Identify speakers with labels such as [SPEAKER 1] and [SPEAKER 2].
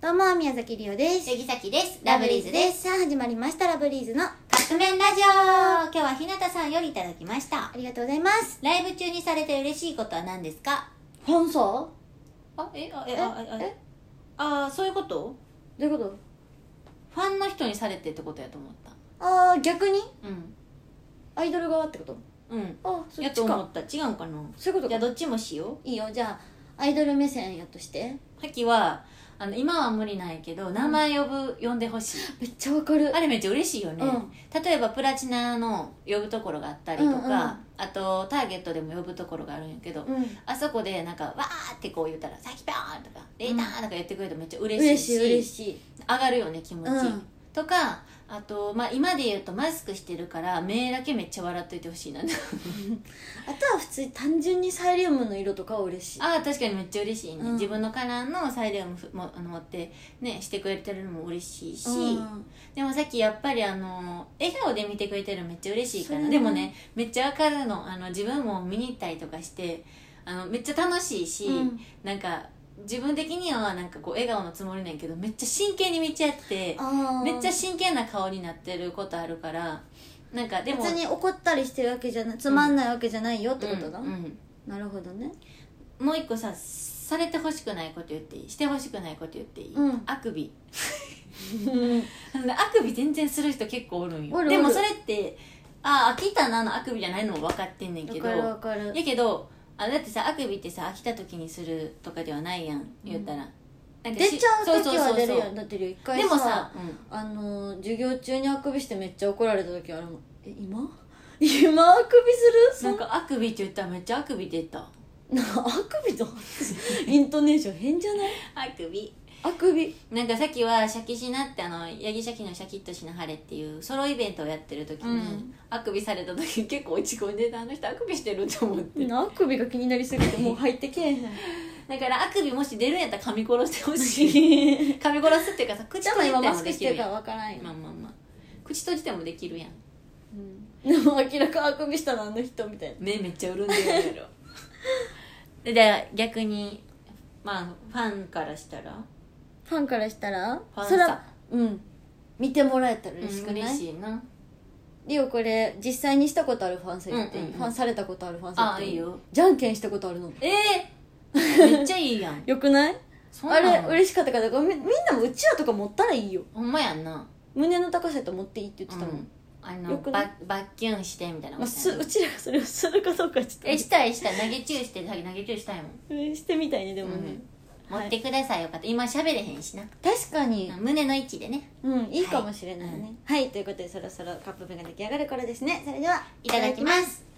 [SPEAKER 1] どうも、宮崎りおです。
[SPEAKER 2] 杉崎です
[SPEAKER 1] ラブリーズで。す。さあ、始まりました、ラブリーズの。あ
[SPEAKER 2] 革面ラジオ今日は日向さんよりいただきました。
[SPEAKER 1] りがとうございます。
[SPEAKER 2] ライブ中にされて嬉しいことは何ですか
[SPEAKER 1] 本奏
[SPEAKER 2] あ、え、あ、
[SPEAKER 1] え
[SPEAKER 2] え、あ、え、あ、そういうこと
[SPEAKER 1] どういうこと
[SPEAKER 2] ファンの人にされてってことやと思った。
[SPEAKER 1] あー、逆に
[SPEAKER 2] うん。
[SPEAKER 1] アイドル側ってこと
[SPEAKER 2] うん。
[SPEAKER 1] あ、そ
[SPEAKER 2] や
[SPEAKER 1] っ
[SPEAKER 2] と
[SPEAKER 1] ち
[SPEAKER 2] 思
[SPEAKER 1] か。
[SPEAKER 2] った。違うんかな
[SPEAKER 1] そういうこと
[SPEAKER 2] じゃあ
[SPEAKER 1] か。
[SPEAKER 2] どっちもしよ
[SPEAKER 1] いいよ、じゃあ、アイドル目線やとして。
[SPEAKER 2] う。さっきは、あの、今は無理ないけど、名前呼ぶ、呼んでほしい。
[SPEAKER 1] めっちゃわかる。
[SPEAKER 2] あれめっちゃ嬉しいよね、
[SPEAKER 1] う
[SPEAKER 2] 例えばプラチナの呼ぶところがあったりとか、
[SPEAKER 1] うんうん
[SPEAKER 2] あとターゲットでも呼ぶところがあるんやけど、
[SPEAKER 1] うん。
[SPEAKER 2] あそこでなんかわーってこう言ったら「さきぴょーん!」とか「レーター!」とか言ってくれるとめっちゃ嬉
[SPEAKER 1] 嬉
[SPEAKER 2] し
[SPEAKER 1] しい、
[SPEAKER 2] いし
[SPEAKER 1] 嬉しい。
[SPEAKER 2] 上がるよね気持ち、
[SPEAKER 1] うん
[SPEAKER 2] とかあと、まあ、今で言うとマスクしてるから目だけめっちゃ笑っといてほし いな
[SPEAKER 1] あとは普通に単純にサイリウムの色とかは嬉しい。
[SPEAKER 2] ああ確かにめっちゃ嬉しいね、
[SPEAKER 1] うん
[SPEAKER 2] 自分のカラーのサイレンももあの持ってねしてくれてるのも嬉しいし、
[SPEAKER 1] うん
[SPEAKER 2] でもさっきやっぱりあの笑顔で見てくれてるのめっちゃ嬉しいか
[SPEAKER 1] そ
[SPEAKER 2] ら
[SPEAKER 1] れね
[SPEAKER 2] でもねめっちゃわかるのあの自分も見に行ったりとかしてあのめっちゃ楽しいし、
[SPEAKER 1] うん
[SPEAKER 2] なんか自分的にはなんかこう笑顔のつもりなんやけどめっちゃ真剣に見ちゃって
[SPEAKER 1] あー
[SPEAKER 2] めっちゃ真剣な顔になってることあるからなんかでも
[SPEAKER 1] 別に怒ったりしてるわけじゃないつまんないわけじゃないよってことだ、
[SPEAKER 2] うんうん
[SPEAKER 1] なるほど ね
[SPEAKER 2] もう一個さされてほしくないこと言っていいしてほしくないこと言っていい、
[SPEAKER 1] うん
[SPEAKER 2] あくび あのねあくび全然する人結構おるんよ
[SPEAKER 1] おるおる
[SPEAKER 2] でもそれってああ飽きたなのあくびじゃないのも分かってんねんけ
[SPEAKER 1] わか
[SPEAKER 2] ど
[SPEAKER 1] るわ
[SPEAKER 2] や
[SPEAKER 1] かる
[SPEAKER 2] けどあだってさあくびってさ飽きた時にするとかではないやん言ったら、なんか
[SPEAKER 1] 出
[SPEAKER 2] し
[SPEAKER 1] ちゃう時は出る
[SPEAKER 2] そうそう
[SPEAKER 1] や
[SPEAKER 2] そ
[SPEAKER 1] ん
[SPEAKER 2] う
[SPEAKER 1] だってりょう一回
[SPEAKER 2] で
[SPEAKER 1] さ
[SPEAKER 2] もさ、
[SPEAKER 1] あのー授業中にあくびしてめっちゃ怒られた時あれもんえ今 今あくびするそ
[SPEAKER 2] なん
[SPEAKER 1] ん
[SPEAKER 2] かあくびって言ったらめっちゃあくび出た
[SPEAKER 1] な あくびとイントネーション変じゃない
[SPEAKER 2] あくび
[SPEAKER 1] あくび
[SPEAKER 2] なんかさっきは「シャキシナ」ってあの八木シャキの「シャキッとしな晴れ」っていうソロイベントをやってる時に、
[SPEAKER 1] うん
[SPEAKER 2] あくびされた時結構落ち込んでたあの人あくびしてると思って
[SPEAKER 1] あくびが気になりすぎてもう入ってけえへん
[SPEAKER 2] だからあくびもし出るんやったら噛み殺してほしい 噛み殺すっていうかさ口
[SPEAKER 1] でも
[SPEAKER 2] 閉じて
[SPEAKER 1] 今マ
[SPEAKER 2] も
[SPEAKER 1] ス
[SPEAKER 2] で
[SPEAKER 1] クし
[SPEAKER 2] きる
[SPEAKER 1] てか
[SPEAKER 2] や
[SPEAKER 1] ら
[SPEAKER 2] ん
[SPEAKER 1] わからんよ、
[SPEAKER 2] まあまあまあ口閉じてもできるやん
[SPEAKER 1] うん、でも明らかあくびしたのあの人みたいな
[SPEAKER 2] 目めっちゃ潤んでるやろで で逆にまあファンからしたら
[SPEAKER 1] ファンからしたら
[SPEAKER 2] ファンさ
[SPEAKER 1] そらうん見てもらえたら嬉しくない、
[SPEAKER 2] 嬉しいな
[SPEAKER 1] リオこれ実際にしたことあるファンセっていい、
[SPEAKER 2] うんうんうん
[SPEAKER 1] ファンされたことあるファンセっ
[SPEAKER 2] あ
[SPEAKER 1] てい
[SPEAKER 2] いいよ
[SPEAKER 1] じゃんけんしたことあるの
[SPEAKER 2] えー、めっちゃいいやん
[SPEAKER 1] よくない
[SPEAKER 2] そん
[SPEAKER 1] あ
[SPEAKER 2] な
[SPEAKER 1] れ
[SPEAKER 2] の
[SPEAKER 1] 嬉しかったからだからみみんなもうちわとか持ったらいいよ
[SPEAKER 2] ほんまやんな
[SPEAKER 1] 胸の高さと持っていいって言ってたもん、
[SPEAKER 2] あの
[SPEAKER 1] よくない
[SPEAKER 2] ババッキュンしてみたいな
[SPEAKER 1] まあ、
[SPEAKER 2] こと
[SPEAKER 1] す
[SPEAKER 2] やな
[SPEAKER 1] うちらがそれをするかどうかちょっと
[SPEAKER 2] えしたいしたい投げチューして投げ投げチューしたいもん
[SPEAKER 1] えしてみたいねでもね、
[SPEAKER 2] 持
[SPEAKER 1] はい
[SPEAKER 2] ってくださいよかった今喋れへんしな
[SPEAKER 1] 確かに
[SPEAKER 2] 胸の位置でね
[SPEAKER 1] うんいいかもしれないねはい、ということでそろそろカップ麺が出来上がる頃ですねそれではい
[SPEAKER 2] ただきます